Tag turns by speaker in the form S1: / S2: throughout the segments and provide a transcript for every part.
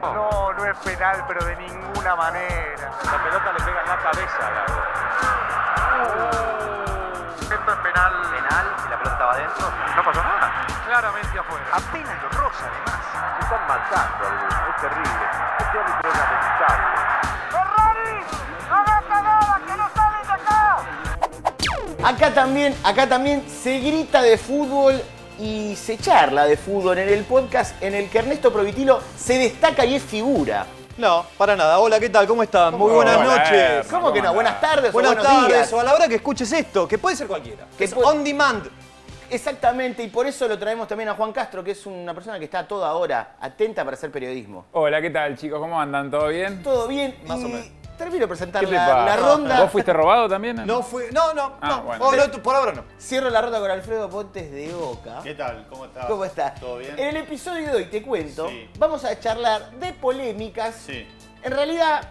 S1: Ah.
S2: No, no es penal, pero de ninguna manera.
S3: La pelota le pega en la cabeza a Lago.
S2: Uh, Esto es penal.
S4: Penal, si la pelota estaba adentro.
S2: No pasó nada.
S5: Claramente afuera.
S2: Apenas lo rosa, además.
S6: Se están matando algunos, es terrible. Este árbitro es lamentable.
S7: ¡Ferrari! ¡No gasta nada! ¡Que no salen de acá!
S8: Acá también, acá también se grita de fútbol y se charla de fútbol en el podcast en el que Ernesto Provitilo se destaca y es figura.
S9: No, para nada. Hola, ¿qué tal? ¿Cómo están? Muy buenas
S3: Hola,
S9: noches.
S3: Erma,
S8: ¿Cómo que no? Buenas tardes
S9: Buenas
S8: o buenos
S9: tardes,
S8: días.
S9: o a la hora que escuches esto, que puede ser cualquiera.
S8: Que
S9: es
S8: puede-
S9: on demand.
S8: Exactamente, y por eso lo traemos también a Juan Castro, que es una persona que está a toda hora atenta para hacer periodismo.
S10: Hola, ¿qué tal chicos? ¿Cómo andan? ¿Todo bien?
S8: Todo bien,
S9: Más
S8: y
S9: o menos.
S8: termino de presentar
S10: ¿Qué te
S8: la,
S10: pasa?
S8: la ronda.
S10: ¿Vos fuiste robado también?
S9: No fue. No, no,
S10: Ah,
S9: no.
S10: bueno.
S9: Oh, no, tú- por ahora no.
S8: Cierro la ronda con Alfredo Pontes de Oca.
S11: ¿Qué tal? ¿Cómo estás?
S8: ¿Cómo está?
S11: Ah, ¿Todo bien?
S8: En el episodio de hoy, te cuento,
S11: Sí.
S8: vamos a charlar de polémicas.
S11: Sí.
S8: En realidad,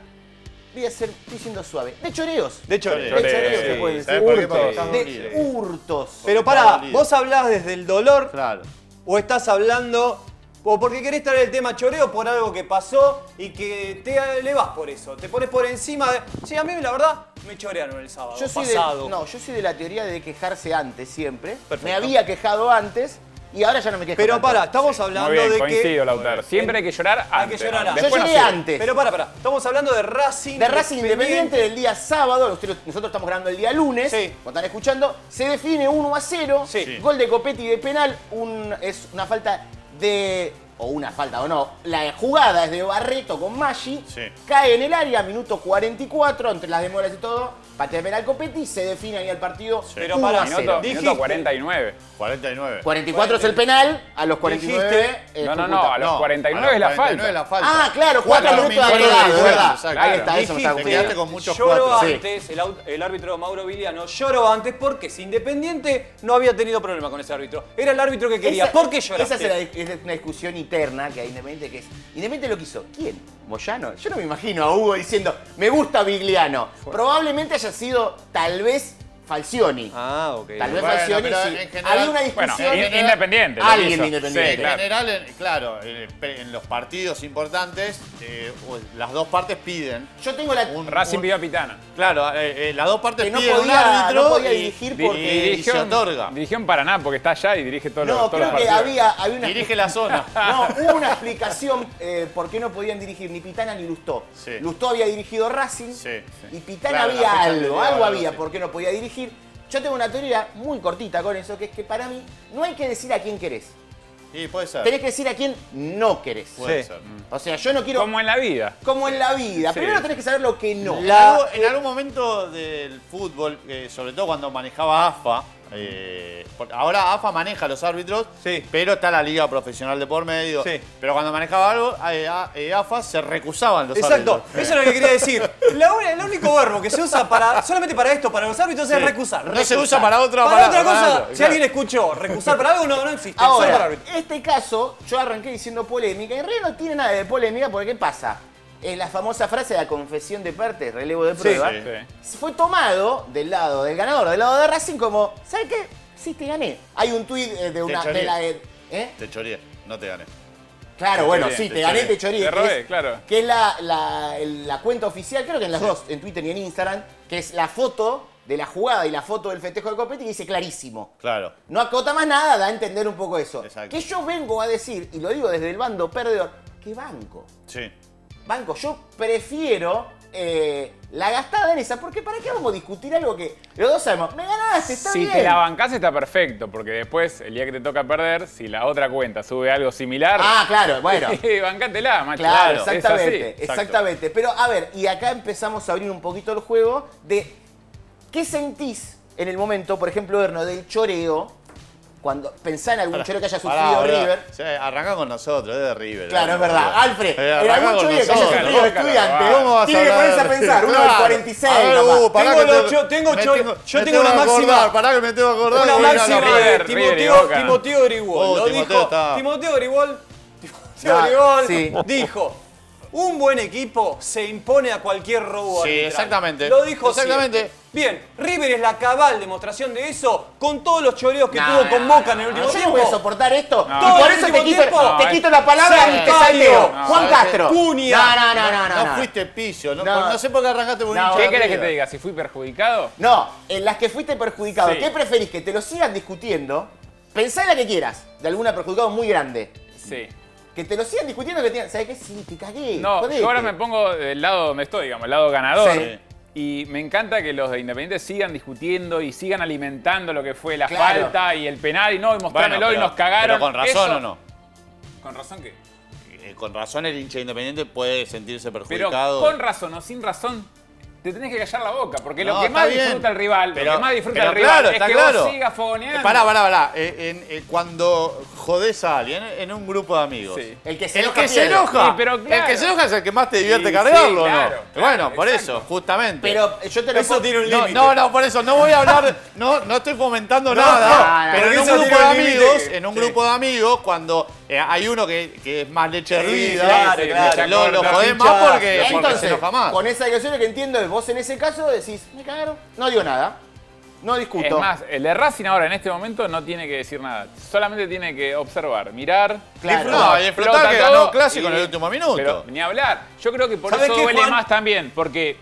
S8: voy a ser, estoy siendo suave. De choreos.
S9: De hecho,
S11: Choreo.
S8: De choreos se
S10: sí.
S8: puede decir.
S11: ¿Sabes por qué? Porque
S8: Hurtos.
S11: estás
S8: De
S11: dolido.
S8: hurtos.
S9: pero
S11: Está
S9: pará,
S11: dolido.
S9: ¿vos hablás desde el dolor
S11: Claro.
S9: o estás hablando o porque querés traer el tema choreo por algo que pasó y que te elevás por eso? Te pones por encima de. Sí, a mí la verdad me chorearon el sábado.
S8: Yo soy, de,
S9: pasado.
S8: no, yo soy de la teoría de quejarse antes siempre.
S9: Perfecto.
S8: Me había quejado antes y ahora ya no me quejo.
S9: Pero
S8: tanto.
S9: pará, estamos hablando
S10: Muy bien,
S9: de
S10: coincido,
S9: que.
S10: Lautaro. Siempre hay que llorar antes.
S9: Hay que llorar antes.
S10: Después
S8: Yo
S10: no
S8: lloré
S10: sirve.
S8: antes.
S9: Pero pará, pará. Estamos hablando de Racing.
S8: De Racing Independiente del día sábado, ustedes- nosotros estamos grabando el día lunes,
S9: Sí.
S8: como están escuchando, se define 1 a 0,
S9: Sí. Sí.
S8: gol de Copetti de penal, un- es una falta de, o una falta o no, la jugada es de Barreto con Maggi,
S11: Sí.
S8: cae en el área, minuto 44, entre las demoras y todo, patea de penal Copetti, se define ahí el partido
S9: Pero
S8: 1
S9: pará,
S8: a 0.
S10: Minuto,
S9: Dijiste.
S10: minuto 49.
S11: 49.
S8: 44 es el penal, a los 49...
S9: Dijiste-
S8: eh,
S10: No, no,
S8: Tucumán.
S10: no, a los
S11: No,
S10: 49 es la falta.
S11: es la falta.
S8: Ah, claro, 4
S11: Cuatro
S8: minutos
S11: minutos
S8: agregados,
S11: agregados,
S8: ¿verdad?
S11: exacto.
S8: Ahí está, eso me está
S9: Dijiste,
S11: Te quedaste
S8: acumulando.
S11: con muchos
S9: lloro
S11: cuatros.
S8: Sí.
S9: antes, el, au- el árbitro Mauro Viliano lloró antes porque si Independiente no había tenido problema con ese árbitro. Era el árbitro que quería.
S8: Esa-
S9: ¿Por qué lloraste?
S8: Esa es, la- es una discusión interna que hay independiente que es. Independiente lo quiso. ¿Quién? ¿Moyano? Yo no me imagino a Hugo diciendo, me gusta Vigliano. Probablemente haya sido, tal vez, Falcioni.
S9: Ah, ok.
S8: Tal vez
S11: Bueno,
S8: Falcioni.
S11: pero
S8: sí.
S11: en general-
S8: Había una
S10: Bueno,
S8: discusión.
S10: in- independiente. lo
S8: Alguien
S10: hizo.
S8: de Independiente.
S10: Sí,
S11: En
S10: claro.
S11: general, en- claro, eh, pe- en los partidos importantes, eh, o- las dos partes piden.
S8: Yo tengo la.
S11: un-
S10: Racing
S11: un-
S10: pidió a Pitana.
S11: Claro, eh, eh, las dos partes
S8: que no
S11: piden un
S8: podía,
S11: árbitro
S8: no podía
S11: y-
S8: dirigir
S11: y-
S8: porque.
S11: y se otorga.
S10: Dirigió en Paraná porque está allá y dirige todos
S8: no,
S10: los, todos los
S8: creo que
S10: partidos.
S8: había, había una.
S11: Dirige la zona.
S8: No, hubo una explicación eh, por qué no podían dirigir ni Pitana ni Lustó.
S11: Sí.
S8: Lustó había dirigido Racing
S11: Sí, sí.
S8: y Pitana
S11: Claro,
S8: había
S11: la fecha
S8: algo,
S11: anterior,
S8: algo
S11: algo
S8: había
S11: así.
S8: por qué no podía dirigir. Yo tengo una teoría muy cortita con eso, que es que para mí no hay que decir a quién querés.
S11: Sí, puede ser.
S8: Tenés que decir a quién no querés.
S11: Puede
S9: Sí.
S11: ser.
S8: O sea, yo no quiero...
S10: Como en la vida.
S8: como en la vida.
S10: Sí.
S8: Primero tenés que saber lo que no.
S11: En algún-
S8: eh,
S11: en algún momento del fútbol, eh, sobre todo cuando manejaba AFA, eh, porque ahora AFA maneja a los árbitros,
S9: Sí.
S11: pero está la liga profesional de por medio.
S9: Sí.
S11: Pero cuando manejaba algo, eh, a- eh, AFA se recusaban los
S9: Exacto,
S11: árbitros.
S9: eso es lo que quería decir. La un- el único verbo que se usa para, solamente para esto, para los árbitros, es recusar.
S11: No se
S9: Recusar.
S11: usa para otra-
S9: Para
S11: para-
S9: otra
S11: para
S9: cosa,
S11: algo,
S9: si
S11: claro.
S9: alguien escuchó recusar para algo, no, no existe. solo para
S8: Ahora,
S9: árbitros.
S8: este caso, yo arranqué diciendo polémica, y en realidad no tiene nada de polémica, porque ¿qué pasa? Es la famosa frase de la confesión de partes, relevo de prueba.
S11: sí.
S8: Fue tomado del lado del ganador, del lado de Racing, como, ¿sabes qué? Sí, te gané. Hay un tuit eh, de una.
S11: choreé.
S8: de la, eh, ¿eh?
S11: Te choreé, no te gané.
S8: Claro,
S11: Te
S8: bueno,
S11: choreé,
S8: sí,
S11: te
S8: te gané,
S11: choreé.
S8: te chorí.
S10: Te robé, claro.
S8: Que es la, la- el- la cuenta oficial, creo que en las dos, en Twitter y en Instagram, que es la foto de la jugada y la foto del festejo de Copetti, que dice clarísimo.
S11: Claro.
S8: No acota más nada, da a entender un poco eso.
S11: Exacto.
S8: Que yo vengo a decir, y lo digo desde el bando perdedor, que banco.
S11: Sí.
S8: Banco, yo prefiero eh, la gastada en esa, porque ¿para qué vamos a discutir algo que los dos sabemos? Me ganaste, está
S10: Si
S8: bien.
S10: te la bancás está perfecto, porque después, el día que te toca perder, si la otra cuenta sube algo similar,
S8: Ah, claro, bueno.
S10: bancátela, macho.
S8: Claro,
S10: Es
S8: exactamente,
S10: así.
S8: exactamente. Pero a ver, y acá empezamos a abrir un poquito el juego de qué sentís en el momento, por ejemplo, Erno, del choreo, cuando pensá en algún choreo que haya sufrido
S11: Pará, boludo.
S8: River.
S11: Sí, arrancá con nosotros, es de River.
S8: Claro, es verdad. Alfred,
S11: Eh,
S8: en algún
S11: arrancá con
S8: choreo que haya
S11: nosotros.
S8: sufrido
S10: Bácala,
S8: estudiante,
S10: bácala.
S11: vas a
S8: tiene que
S11: hablar?
S8: ponerse a pensar, uno del
S11: Claro.
S8: 46.
S11: A ver,
S8: capaz.
S11: Hugo, pará
S9: Tengo
S11: que
S9: los cho- tengo
S11: me
S9: cho- yo
S11: me
S9: tengo una
S11: que
S9: máxima.
S11: acordar, Pará que me tengo que acordar.
S9: Una
S11: Voy a ir a
S9: máxima
S11: la-
S9: de
S10: River, River y
S9: Timoteo,
S10: Boca.
S9: Timoteo Grigol.
S11: Oh,
S9: lo
S11: Timoteo
S9: dijo.
S11: está-
S9: Timoteo Grigol. Timoteo
S8: Ah,
S9: Grigol
S8: sí.
S9: dijo. Un buen equipo se impone a cualquier robo
S11: Sí,
S9: arbitral.
S11: exactamente.
S9: Lo dijo
S11: Exactamente.
S9: siempre. Bien, River es la cabal demostración de eso con todos los choreos que
S8: No,
S9: tuvo
S8: no,
S9: con Boca en el último
S8: no, yo no
S9: tiempo.
S8: voy a soportar esto.
S10: No.
S8: Y
S10: Todo
S8: por
S9: el
S8: eso te
S9: último
S8: quito,
S9: tiempo.
S8: te
S10: No,
S8: quito la palabra y te
S9: Sampaio.
S8: salteo.
S9: No,
S8: Juan
S11: eh,
S8: Castro.
S9: Cunha.
S8: No, no, no, no.
S11: No,
S8: no.
S11: fuiste piso. No,
S8: No.
S11: no sé por qué arrancaste por un
S8: No,
S11: hincha
S8: Ahora
S10: ¿Qué
S11: de
S10: querés que
S11: River.
S10: te diga? ¿Si fui perjudicado?
S8: No, en las que fuiste perjudicado.
S10: Sí.
S8: ¿Qué preferís? ¿Que te lo sigan discutiendo? Pensá en la que quieras, de alguna perjudicado muy grande.
S10: Sí.
S8: Que te lo sigan discutiendo, que te digan, ¿sabes qué? Sí, te cagué.
S10: No,
S8: jodete".
S10: yo ahora me pongo del lado donde estoy, digamos, el lado ganador.
S8: Sí.
S10: Y me encanta que los de Independiente sigan discutiendo y sigan alimentando lo que fue la
S8: Claro.
S10: falta y el penal y no, y
S11: Bueno,
S10: mostrámelo y
S11: pero-
S10: nos cagaron.
S11: Pero con razón
S10: Eso-
S11: o no.
S10: ¿Con razón qué?
S11: Eh, Con razón el hincha independiente puede sentirse
S10: Pero
S11: perjudicado.
S10: con razón o sin razón, te tenés que callar la boca, porque lo
S11: No,
S10: que
S11: está
S10: más
S11: bien.
S10: disfruta el rival,
S11: Pero-
S10: lo que más disfruta
S11: pero
S10: el rival
S11: claro,
S10: es
S11: está
S10: que
S11: claro.
S10: vos sigas
S11: Eh,
S10: fogoneando.
S11: Pará, pará, pará. Eh, en- eh, cuando jodés a alguien en un grupo de amigos.
S10: Sí.
S8: El que se
S11: El
S8: enoja.
S11: que se
S8: pierde.
S11: enoja.
S10: Sí, pero
S11: El
S10: claro.
S11: que se enoja es el que más te divierte
S10: Sí,
S11: cargarlo,
S10: sí,
S11: ¿no?
S10: claro, claro,
S11: bueno, por
S10: exacto.
S11: eso, justamente.
S8: Pero yo te lo
S9: Eso
S8: pongo-
S9: tiene un
S11: no,
S9: límite.
S11: no, no, por eso no voy a hablar, no, no estoy fomentando
S8: No,
S11: nada.
S8: no,
S11: pero
S8: no,
S11: en un
S9: eso
S11: grupo de
S9: tiene un límite.
S11: amigos, en un
S9: Sí.
S11: grupo de amigos, cuando eh, hay uno que, que es más leche hervida,
S9: claro, claro.
S11: lo, lo
S10: La
S11: jodés
S10: pincha-
S11: más porque,
S8: Entonces,
S11: porque se enoja más.
S8: con esa declaración lo que entiendo es vos en ese caso decís, me cagaron, no digo nada, no discuto.
S10: Es más, el de Racing ahora en este momento no tiene que decir nada. Solamente tiene que observar, mirar.
S8: Claro.
S10: disfrutar.
S11: No, y disfrutar
S10: Explota
S11: que ganó
S10: todo
S11: Clásico en el último minuto.
S10: Pero ni hablar. Yo creo que por
S9: ¿Sabés
S10: eso
S9: qué,
S10: duele
S9: Juan?
S10: más también, porque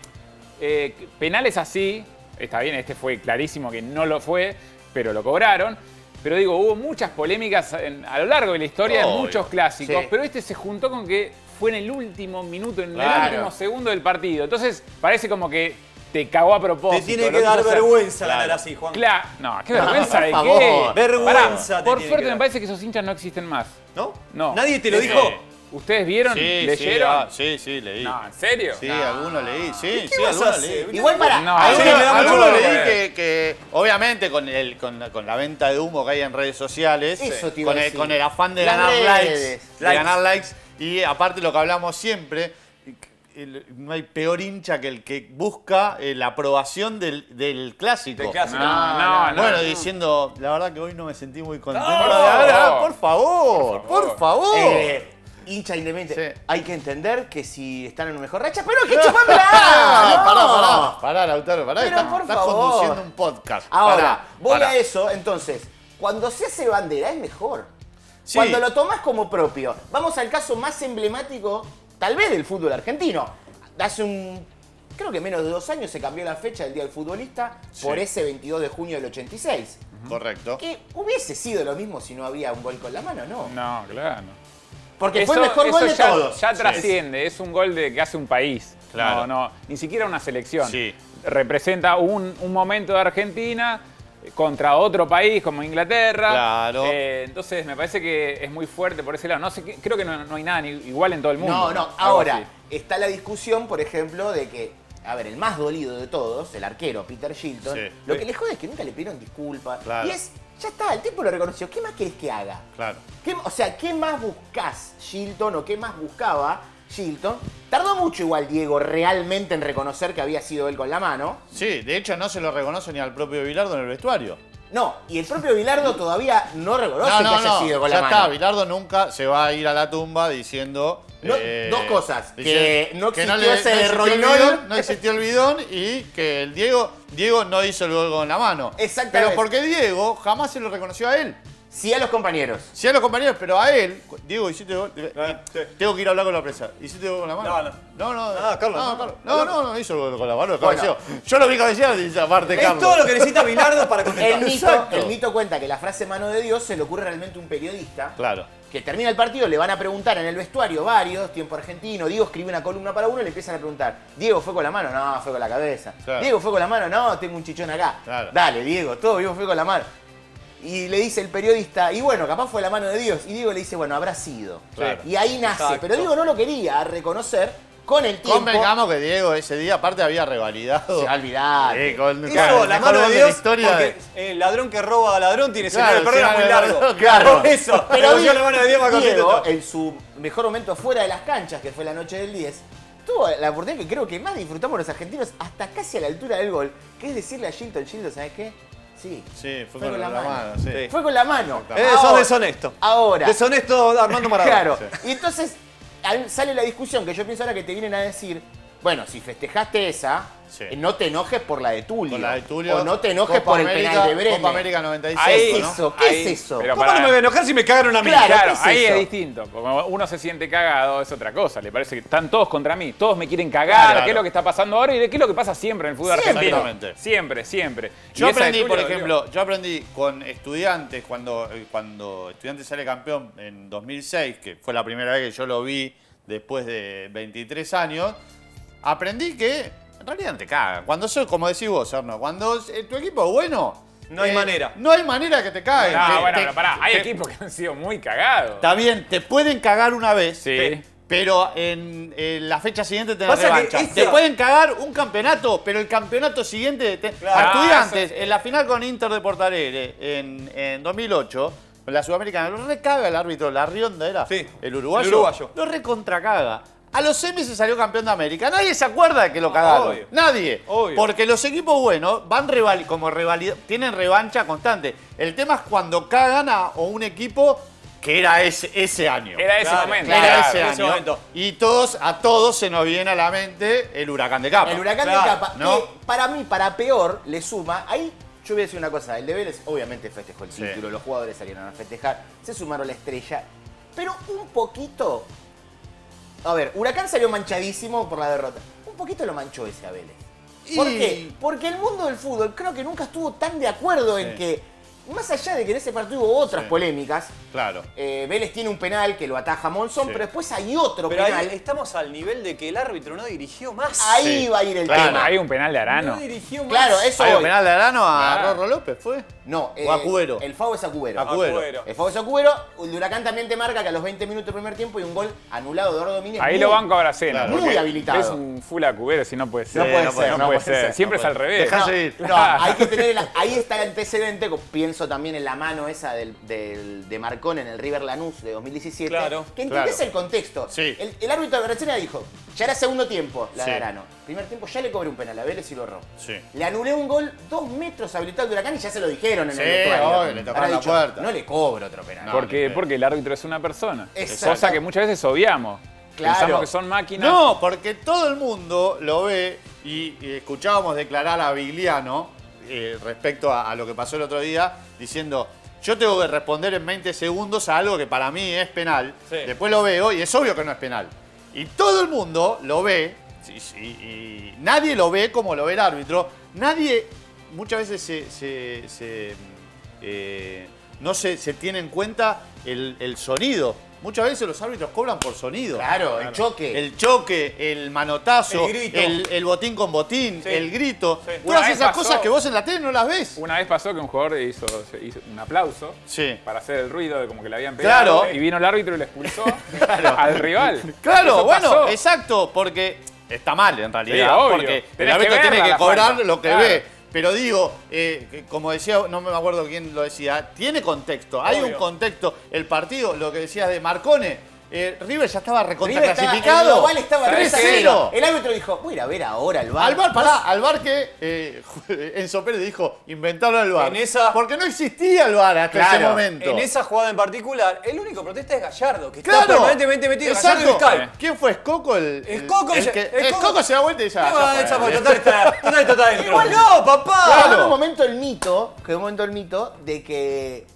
S10: eh, penales así, está bien, este fue clarísimo que no lo fue, pero lo cobraron. Pero digo, hubo muchas polémicas en- a lo largo de la historia en
S11: Obvio.
S10: muchos clásicos,
S8: Sí.
S10: pero este se juntó con que fue en el último minuto, en
S11: Claro.
S10: el último segundo del partido. Entonces parece como que te cagó a
S9: Te
S10: propósito.
S9: tiene
S10: lo
S9: que dar
S10: quiso hacer.
S9: vergüenza
S11: Claro.
S9: ganar así, Juan.
S10: Claro, no, qué vergüenza
S8: por
S10: de
S8: favor.
S10: qué.
S9: Vergüenza
S10: Pará,
S9: te
S10: por
S9: tiene
S10: suerte
S9: que
S10: me
S9: dar.
S10: parece que esos hinchas no existen más.
S9: ¿No?
S10: No.
S9: ¿Nadie te lo
S11: Sí.
S9: dijo?
S10: ¿Ustedes vieron?
S11: Sí, sí, ah,
S10: ¿Leyeron?
S11: sí, sí, leí.
S10: No, ¿en serio?
S11: Sí,
S10: No.
S11: alguno leí, sí, sí,
S9: ¿Qué vas a
S11: alguno
S9: hacer?
S11: leí.
S8: Igual para...
S10: No,
S9: sí,
S11: Alguno,
S9: me da mucho
S11: alguno
S9: dolor.
S11: leí que, que, obviamente, con, el, con, la- con la venta de humo que hay en redes sociales, eh,
S8: Eso te iba
S11: con,
S8: a
S11: el,
S8: decir.
S11: con el afán de
S8: Las
S11: ganar
S8: redes.
S11: likes, de
S9: Likes.
S11: ganar likes, y aparte lo que hablamos siempre, el- no hay peor hincha que el que busca eh, la aprobación del, del clásico.
S9: Del clásico.
S10: No, no, no.
S11: Bueno, diciendo, la verdad que hoy no me sentí muy contento.
S10: No,
S11: Ahora,
S10: no.
S11: por favor, por favor.
S8: Eh, hincha independiente.
S11: Sí.
S8: Hay que entender que si están en una mejor racha, pero que chupan bravo.
S11: Pará, pará, pará, Lautaro, pará,
S8: Pero,
S11: estás,
S8: por
S11: estás
S8: favor.
S11: conduciendo un podcast.
S8: Ahora,
S11: Pará,
S8: voy
S11: pará.
S8: a eso, entonces, cuando se hace bandera es mejor.
S11: Sí.
S8: Cuando lo tomas como propio. Vamos al caso más emblemático, tal vez, del fútbol argentino. Hace un. Creo que menos de dos años se cambió la fecha del Día del Futbolista por ese 22 de junio del 86.
S11: Correcto.
S8: Que hubiese sido lo mismo si no había un gol con la mano, ¿no?
S10: No, claro.
S8: Porque fue el mejor
S10: eso
S8: gol de
S10: ya,
S8: todos.
S10: Ya trasciende, es un gol de que hace un país.
S11: Claro.
S10: No, no, ni siquiera una selección.
S11: Sí.
S10: Representa un, un momento de Argentina contra otro país como Inglaterra.
S11: Claro.
S10: Eh, entonces me parece que es muy fuerte por ese lado. No sé, qué- creo que no, no hay nada ni- igual en todo el mundo.
S8: No, no.
S10: Algo
S8: Ahora,
S10: así.
S8: está la discusión, por ejemplo, de que, a ver, el más dolido de todos, el arquero Peter Shilton,
S11: Sí.
S8: lo que le jode es que nunca le pidieron disculpas.
S11: Claro.
S8: Y es, ya está, el tipo lo reconoció. ¿Qué más querés que haga?
S11: Claro.
S8: ¿Qué- o sea, ¿qué más buscás, Shilton, o qué más buscaba Shilton? Tardó mucho igual Diego realmente en reconocer que había sido él con la mano.
S11: Sí, de hecho no se lo reconoce ni al propio Bilardo en el vestuario.
S8: No, y el propio Bilardo todavía no reconoce
S11: No,
S8: que
S11: no,
S8: haya
S11: no.
S8: sido con
S11: ya
S8: la
S11: está,
S8: mano.
S11: Bilardo nunca se va a ir a la tumba diciendo. eh,
S8: No, dos cosas, que no existió ese
S11: existió el
S8: rolinol.
S11: bidón, no existió el bidón y que el Diego, Diego no hizo el gol con la mano.
S8: Exactamente.
S11: Pero porque Diego jamás se lo reconoció a él.
S8: Sí a los compañeros.
S11: Sí a los compañeros, pero a él, Diego, hiciste gol. Tengo que ir a hablar con la prensa. ¿Hiciste gol con la mano? No, no. No,
S9: Ah, Carlos,
S11: No,
S9: Eh, no,
S11: No, no, no hizo gol con la mano. cabeceó. Yo lo vi cabecear y aparte,
S9: Es
S11: Carlos.
S9: todo lo que necesita Bilardo para contestar.
S8: El mito,
S11: Exacto.
S8: el mito cuenta que la frase mano de Dios se le ocurre realmente a un periodista.
S11: Claro.
S8: Que termina el partido, le van a preguntar en el vestuario varios, tiempo argentino, Diego escribe una columna para uno y le empiezan a preguntar, Diego fue con la mano, no, fue con la cabeza.
S11: Claro.
S8: Diego fue con la mano, no, tengo un chichón acá.
S11: Claro.
S8: Dale, Diego, todo Diego fue con la mano. Y le dice el periodista, y bueno, capaz fue la mano de Dios. Y Diego le dice, bueno, habrá sido.
S11: Claro.
S8: Y ahí nace.
S9: Exacto.
S8: Pero Diego no lo quería reconocer con el tiempo.
S11: Convengamos que Diego ese día, aparte, había revalidado.
S8: Se va a olvidar.
S11: Eh, con-
S9: Hizo
S11: claro, el
S9: la
S11: mejor
S9: mano
S11: gol
S9: de
S11: la
S9: Dios
S11: historia
S9: porque
S11: de-
S9: el ladrón que roba a ladrón tiene escenario
S11: Claro,
S9: de perro
S11: escenario
S9: muy
S11: de
S9: largo.
S11: ladrón, claro.
S9: Por eso.
S8: Pero
S9: Pero
S8: Diego,
S9: la mano de Dios más cortito.
S8: Diego, eh, en su mejor momento fuera de las canchas, que fue la noche del 10, tuvo la oportunidad que creo que más disfrutamos los argentinos hasta casi a la altura del gol, que es decirle a Shilton, Shilton, ¿sabes qué? Sí,
S11: Sí, fue, con la, mano. sí.
S9: Sí.
S8: Fue con la mano.
S9: Eh,
S8: Ahora-
S9: sos deshonesto.
S8: Ahora.
S9: Deshonesto Armando Maradona.
S8: Claro. Y entonces, ahí sale la discusión que yo pienso ahora que te vienen a decir, bueno, si festejaste esa,
S11: Sí.
S8: eh, no te enojes por la de Tulio.
S11: Con la de Tulio.
S8: O no te enojes
S11: Copa
S8: por el
S11: América-
S8: penal de Bremen.
S11: Copa América 96.
S8: ¿Qué
S10: Ahí,
S8: es
S11: ¿no?
S8: eso? ¿Qué
S10: Ahí,
S8: es eso?
S10: pero
S8: ¿Cómo
S10: pará.
S8: no me
S6: me voy a enojar si me cagaron a mí?
S8: Claro,
S10: Claro,
S8: ¿qué es
S10: ahí
S8: eso?
S10: es distinto. porque Como uno se siente cagado, es otra cosa. Le parece que están todos contra mí, todos me quieren cagar.
S11: Claro.
S10: ¿Qué es lo que está pasando ahora? ¿Y de qué es lo que pasa siempre en el fútbol
S8: Siempre.
S10: argentino?
S11: Exactamente.
S10: Siempre, siempre. Y
S11: Yo
S10: esa de
S11: aprendí,
S10: Tulio
S11: por
S10: dolió.
S11: ejemplo, yo aprendí con estudiantes, cuando, eh, cuando estudiantes sale campeón en 2006, que fue la primera vez que yo lo vi después de 23 años, aprendí que en realidad no te cagan. Cuando soy, como decís vos, Arno, cuando eh, tu equipo es bueno... eh,
S9: No hay manera.
S11: No hay manera que te caguen.
S10: No,
S11: Te-
S10: bueno,
S11: te-
S10: pero pará. Hay
S11: te-
S10: equipos que han sido muy cagados.
S11: Está bien, te pueden cagar una vez,
S10: Sí.
S11: pe- pero en, en la fecha siguiente te la
S9: Pasa que
S11: revancha.
S9: esa-
S11: Te pueden cagar un campeonato, pero el campeonato siguiente... Te...
S9: Claro.
S11: A estudiantes,
S10: Ah,
S11: en la final con Inter de Portarere en, en 2008, con la Sudamericana, lo recaga el árbitro, la rionda era
S9: Sí,
S11: el uruguayo.
S9: el uruguayo.
S11: Lo recontracaga. A los semis se salió campeón de América. Nadie se acuerda de que lo cagaron.
S9: Ah, Obvio.
S11: Nadie.
S9: Obvio.
S11: Porque los equipos buenos van reval- como revalida- tienen revancha constante. El tema es cuando cagan a o un equipo que era ese, ese año.
S10: Era ese
S9: Claro,
S10: momento.
S11: Era
S10: Claro.
S11: ese
S9: ese
S11: año.
S9: momento.
S11: Y todos, a todos se nos viene a la mente el huracán de capa.
S8: El huracán de
S9: Claro,
S8: capa,
S11: Ah, ¿no?
S8: que para mí, para peor, le suma. Ahí yo voy a decir una cosa: el de Vélez obviamente festejó el
S11: Sí.
S8: título, los jugadores salieron a festejar, se sumaron la estrella. Pero un poquito. A ver, Huracán salió manchadísimo por la derrota. Un poquito lo manchó ese a Vélez. ¿Por
S11: Y-
S8: qué? Porque el mundo del fútbol creo que nunca estuvo tan de acuerdo en
S11: Sí.
S8: que, más allá de que en ese partido hubo otras
S11: Sí.
S8: polémicas,
S11: Claro.
S8: eh, Vélez tiene un penal que lo ataja Monzón,
S11: Sí.
S8: pero después hay otro
S9: Pero
S8: penal.
S9: ahí estamos al nivel de que el árbitro no dirigió más.
S8: Ahí
S11: Sí.
S8: va a ir el
S11: Claro,
S8: tema.
S10: Hay un penal de Arano.
S9: No dirigió más.
S8: Claro, eso
S11: ¿Hay un
S8: voy.
S11: penal de Arano a
S10: Claro.
S11: Rorro López? ¿Fue?
S8: No, eh,
S11: O a Cubero.
S8: El FAO es a Cubero.
S11: A Cubero.
S9: Agüero.
S8: El FAO es a Cubero. El de Huracán también te marca que a los 20 minutos del primer tiempo y un gol anulado de Eduardo Domínguez.
S10: Ahí
S8: Muy-
S10: lo banco ahora cena.
S11: Claro.
S8: Muy habilitado.
S10: Es un full a cubero, si no puede ser.
S8: puede ser,
S10: No puede ser. Siempre
S11: no
S10: es al
S11: puede.
S10: revés.
S11: Dejá
S8: No,
S11: seguir.
S8: no, hay que tener el- ahí está el antecedente, como pienso también en la mano esa del- del- de Marcón en el River Lanús de 2017.
S9: Claro,
S8: que entendés
S11: claro.
S8: el contexto.
S11: Sí.
S8: El, el árbitro de Berchena dijo, ya era segundo tiempo, la de
S11: Sí.
S8: Arano. Primer tiempo ya le cobré un penal a Vélez y lo erró.
S11: Sí.
S8: Le anulé un gol dos metros habilitado de Huracán y ya se lo dijeron en
S11: Sí,
S8: el vestuario.
S11: obvio, le tocaron
S8: Habrá
S11: la puerta.
S8: No le cobro otro penal.
S11: No,
S10: Porque,
S11: no, no.
S10: porque el árbitro es una persona.
S8: Exacto.
S10: Cosa que muchas veces obviamos.
S8: Claro.
S10: Pensamos que son máquinas.
S11: No, porque todo el mundo lo ve y, y escuchábamos declarar a Vigliano eh, respecto a, a lo que pasó el otro día, diciendo, yo tengo que responder en 20 segundos a algo que para mí es penal,
S9: Sí.
S11: después lo veo y es obvio que no es penal. Y todo el mundo lo ve, sí, sí, y, nadie lo ve como lo ve el árbitro, nadie muchas veces se... se- se, eh, no se, se tiene en cuenta el, el sonido. Muchas veces los árbitros cobran por sonido.
S8: Claro, el choque.
S11: El choque, el manotazo,
S9: El
S11: el,
S9: grito.
S11: el botín con botín,
S9: Sí.
S11: el grito.
S9: Sí.
S11: Todas
S10: Una vez
S11: esas
S10: pasó-
S11: cosas que vos en la tele no las ves.
S10: Una vez pasó que un jugador hizo, hizo un aplauso
S11: Sí.
S10: para hacer el ruido de como que le habían pegado.
S11: Claro.
S10: Y vino el árbitro y le expulsó al rival.
S11: Claro,
S10: Eso
S11: bueno,
S10: pasó.
S11: exacto, porque está mal en realidad.
S10: Sí, obvio.
S11: Porque el
S10: Tenés
S11: árbitro
S10: que
S11: tiene
S10: verla
S11: que
S10: la
S11: cobrar
S10: falta.
S11: lo que
S10: Claro.
S11: ve. Pero digo, eh, que como decía, no me acuerdo quién lo decía, tiene contexto, hay un
S9: Obvio.
S11: contexto. El partido, lo que decías de Marcone, eh, River ya estaba
S8: River estaba-
S11: recontraclasificado.
S8: El global estaba 3 a 0.
S11: 3-0.
S8: El árbitro dijo, voy a ir a ver ahora al bar.
S11: Al bar, pará, al bar que eh, Enzo Pérez dijo, inventaron el bar.
S9: En esa-
S11: Porque no existía el bar hasta
S8: Claro,
S11: ese momento.
S9: En esa jugada en particular, el único protesta es Gallardo, que
S11: Claro,
S9: está permanentemente metido.
S11: exacto.
S9: Gallardo y Vizcay.
S11: ¿Quién fue? ¿Escoco el...? el-
S9: Escoco
S11: el
S9: ya-
S11: que-
S9: Escoco-
S11: Escoco se da vuelta y ya...
S9: Ah,
S11: ya fue.
S9: esa fue, total está, total está dentro.
S8: Igual
S9: no, papá.
S8: Claro.
S11: Claro.
S8: un momento el mito, que un momento el mito de que,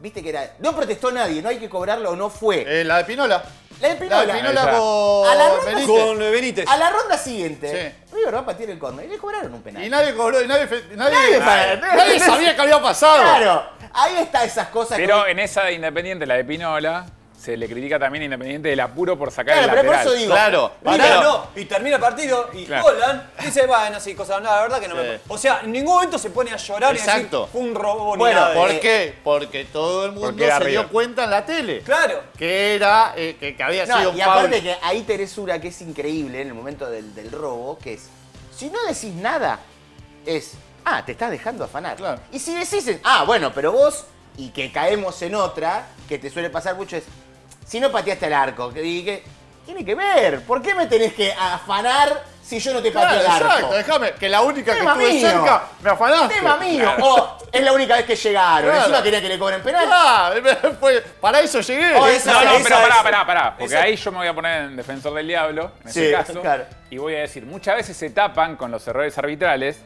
S8: viste que era, no protestó nadie, no hay que cobrarlo o no fue.
S11: Eh, la de Pinola.
S8: La de Pinola.
S11: La de
S10: Ahí
S11: Pinola
S10: está.
S11: con...
S8: A la ronda
S11: Benítez.
S9: Con Benítez.
S8: A la ronda siguiente,
S11: Sí.
S8: River va a patear el corner y le cobraron un penal.
S11: Y nadie cobró, y nadie... fe- Nadie,
S8: Nadie
S11: nadie-
S8: sabe.
S11: nadie sabía que había pasado.
S8: Claro, ahí está esas cosas. que-
S10: Pero en esa de Independiente, la de Pinola, se le critica también a Independiente del apuro por sacar
S8: Claro,
S10: el
S8: pero por
S10: lateral.
S8: eso digo,
S11: Claro.
S9: Pará,
S11: Pero-
S9: no. Y termina el partido y
S10: Claro.
S9: Holland dice, bueno, sí, cosas, no, la verdad que no
S11: Sí.
S9: me... O sea, en ningún momento se pone a llorar y a
S11: Exacto.
S9: decir, fue un robo ni
S8: Bueno,
S9: nada de-
S11: ¿Por
S8: Eh,
S11: qué? Porque todo el mundo
S10: porque era
S11: se dio
S10: River.
S11: cuenta en la tele.
S9: Claro.
S11: Que era... eh, que, que había
S8: No,
S11: sido un
S8: y aparte
S11: foul.
S8: que ahí Teresura, que es increíble en el momento del, del robo, que es, si no decís nada, es, ah, te estás dejando afanar.
S11: Claro.
S8: Y si decís, es, ah, bueno, pero vos, y que caemos en otra, que te suele pasar mucho, es, si no pateaste el arco, que, y que- tiene que ver, ¿por qué me tenés que afanar si yo no te pateo
S11: Claro,
S8: el arco?
S11: exacto, déjame, que la única que
S8: Tema
S11: estuve
S8: mío.
S11: cerca me afanaste.
S8: Tema mío, o Es la única vez que llegaron.
S11: Claro.
S8: Encima quería que le cobren penal.
S11: Ah, fue- para eso llegué.
S9: Oh,
S11: Esa-
S9: esa-
S10: No, no,
S9: esa
S10: pero
S9: es-
S10: pará, pará, pará. Porque
S9: esa-
S10: ahí yo me voy a poner en defensor del diablo, en
S8: Sí,
S10: ese caso.
S8: claro.
S10: Y voy a decir, muchas veces se tapan con los errores arbitrales.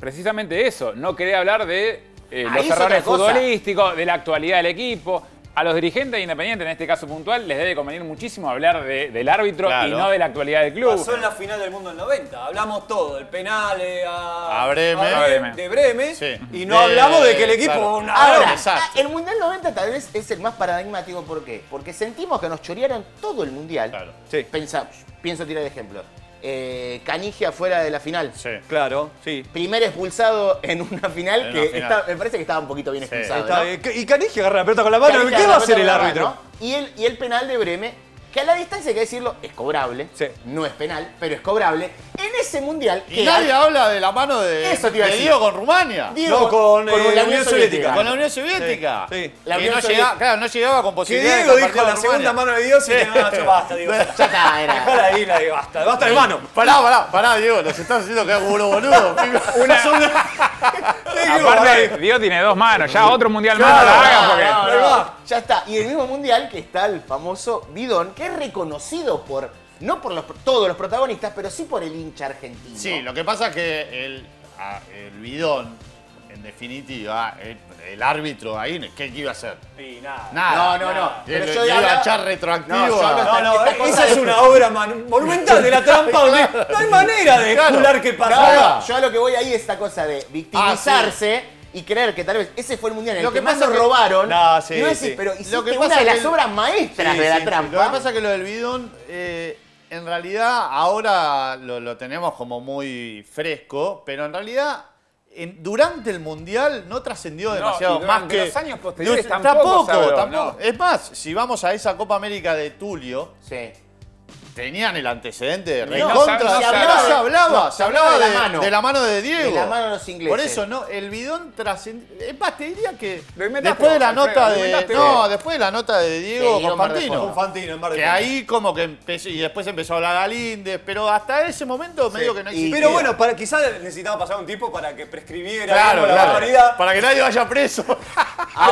S10: Precisamente eso. No quería hablar de eh,
S8: Ah,
S10: los
S8: es otra
S10: errores
S8: cosa.
S10: futbolísticos, de la actualidad del equipo. A los dirigentes de Independiente, en este caso puntual, les debe convenir muchísimo hablar de- del árbitro y
S11: Claro.
S10: no de la actualidad del club.
S9: Pasó en la final del mundo del 90. Hablamos todo, el penal eh, a,
S11: A Bremen.
S9: a Bremen, de Bremen.
S11: Sí.
S9: Y no
S11: De-
S9: hablamos de que el equipo
S11: claro.
S9: fue una
S8: Ahora,
S9: broma.
S11: exacto.
S8: el Mundial 90 tal vez es el más paradigmático. ¿Por qué? Porque sentimos que nos chorearon todo el Mundial.
S11: Claro.
S9: Sí.
S8: Pensa- pienso tirar ejemplos. Eh, Canigia fuera de la final.
S11: Sí.
S9: Claro, sí.
S8: Primer expulsado en una final
S11: En una
S8: que
S11: final.
S8: está- me parece que estaba un poquito bien
S11: Sí.
S8: expulsado.
S9: Está
S8: ¿no?
S9: bien. Y Caniggia agarra la pelota con la mano.
S8: Canigia
S9: ¿Qué va a
S8: de
S9: hacer el
S8: repente
S9: árbitro?
S8: agarra, ¿no? Y el, y el penal de Breme, que a la distancia hay que decirlo, es cobrable.
S9: Sí.
S8: No es penal, pero es cobrable. En ese mundial
S11: Y
S8: que
S11: nadie habla de la mano de,
S8: Eso te iba a
S11: de
S8: decir.
S11: Diego con Rumania.
S8: Diego
S9: No, con, eh,
S8: la Unión Soviética.
S11: Con la Unión Soviética.
S9: Sí, sí.
S8: La
S11: Que
S8: Unión
S11: no
S8: Soviética.
S11: llegaba, claro, no llegaba con
S9: Que
S11: posibilidades.
S9: Diego
S11: de
S9: dijo
S11: compartir
S9: la
S11: con
S9: segunda
S11: Rumania.
S9: mano de Dios y que no, yo basta, Diego. ya
S8: Ya
S9: está.
S8: está, era.
S9: Dejala ahí, la Diego, basta, basta hermano.
S11: Pará, pará, pará, Diego, nos estás haciendo que hago uno boludo. pibe.
S10: Una-
S9: Diego,
S10: aparte,
S9: ahí.
S10: Dios tiene dos manos. Ya otro mundial más no la
S11: Claro,
S10: hagas porque.
S8: No, no,
S9: Ahí va.
S8: Ya está. Y en el mismo mundial que está el famoso Bidón, que es reconocido por, no por los- todos los protagonistas, pero sí por el hincha argentino.
S11: Sí, lo que pasa es que el, a- el bidón, en definitiva, el, el árbitro ahí, ¿qué, qué iba a hacer?
S9: Y nada.
S11: Nada.
S8: No, no, no.
S11: Le-
S8: Pero
S11: le-
S8: yo
S11: le iba
S8: hablaba-
S11: a echar retroactivo.
S8: No, yo hablo-
S9: No, no,
S8: Esta cosa
S9: esa
S8: de-
S9: es una obra man- monumental de la trampa donde no hay manera de
S11: Claro.
S9: jurar que
S8: No,
S9: pasó.
S8: no, yo a lo que voy ahí es esta cosa de victimizarse y creer que tal vez ese fue el mundial en el
S11: Ah, Lo
S8: que,
S11: que
S8: más
S11: pasa
S8: nos
S11: que-
S8: robaron.
S9: No, sí,
S8: y vos decís,
S9: sí.
S8: pero hiciste
S11: que
S8: una
S11: pasa
S8: de
S11: que
S8: las
S11: el-
S8: obras maestras
S11: Sí,
S8: de la
S11: sí, sí. Lo que
S8: trampa.
S11: pasa es que lo del bidón, eh, en realidad, ahora lo, lo tenemos como muy fresco, pero en realidad. en- durante el mundial no trascendió demasiado
S10: y
S11: más
S10: durante
S11: que
S10: los años posteriores
S11: Dios,
S10: tampoco se habló,
S11: tampoco.
S10: no.
S11: es más si vamos a esa Copa América de Tulio
S8: Sí.
S11: tenían el antecedente de
S10: no
S11: recontra.
S10: se- no
S11: se
S10: se
S11: hablaba,
S10: hablaba.
S11: se hablaba,
S8: No,
S11: se hablaba de, de la mano. de
S8: De
S11: Diego.
S8: la mano de los ingleses.
S11: Por eso no, el bidón trascendió. Es más, te diría que
S10: Lo inventaste
S11: después de
S10: vos,
S11: la
S10: Alfredo,
S11: nota
S10: lo
S11: de.
S10: inventaste
S11: No,
S10: vos.
S11: después de la nota de Diego
S8: De Diego
S11: Confantino.
S8: Mar de
S9: Fantino, en Mar del
S11: Que
S9: Plata.
S11: ahí como que empezó. Y después empezó a hablar Galíndez, pero hasta ese momento medio que no
S8: y-
S11: existía.
S9: Pero bueno, para, quizás necesitaba pasar un tiempo para que prescribiera
S11: claro,
S9: algo la
S11: claro.
S9: barbaridad.
S11: Para que nadie vaya preso.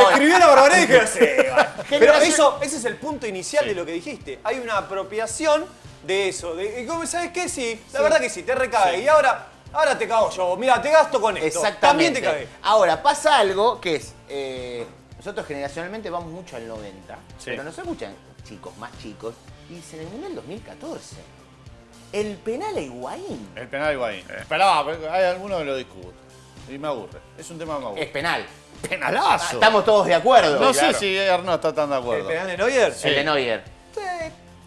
S9: Prescribió la barbaridad y dijeron, "Sí, va". Pero
S8: Generación-
S9: eso, ese es el punto inicial de lo que dijiste. Hay una apropiación de eso. De, y como, ¿Sabes qué? Sí, la verdad que sí, te recae. Y ahora, ahora te cago yo. Mira, te gasto con esto. También
S8: Exactamente.
S9: te cagué.
S8: Ahora, pasa algo que es. eh, nosotros generacionalmente vamos mucho al 90, pero nos escuchan chicos más chicos y dicen el Mundial 2014. El penal a Higuaín
S11: el penal igual. Esperaba, hay alguno que lo discute. Y me aburre. Es un tema que me aburre.
S8: es penal. Ah,
S11: penalazo.
S8: Estamos todos de acuerdo.
S11: No
S10: Claro.
S11: sé si Ernesto está tan de
S9: ¿El
S11: acuerdo.
S9: penal de Neuer?
S8: El de Neuer.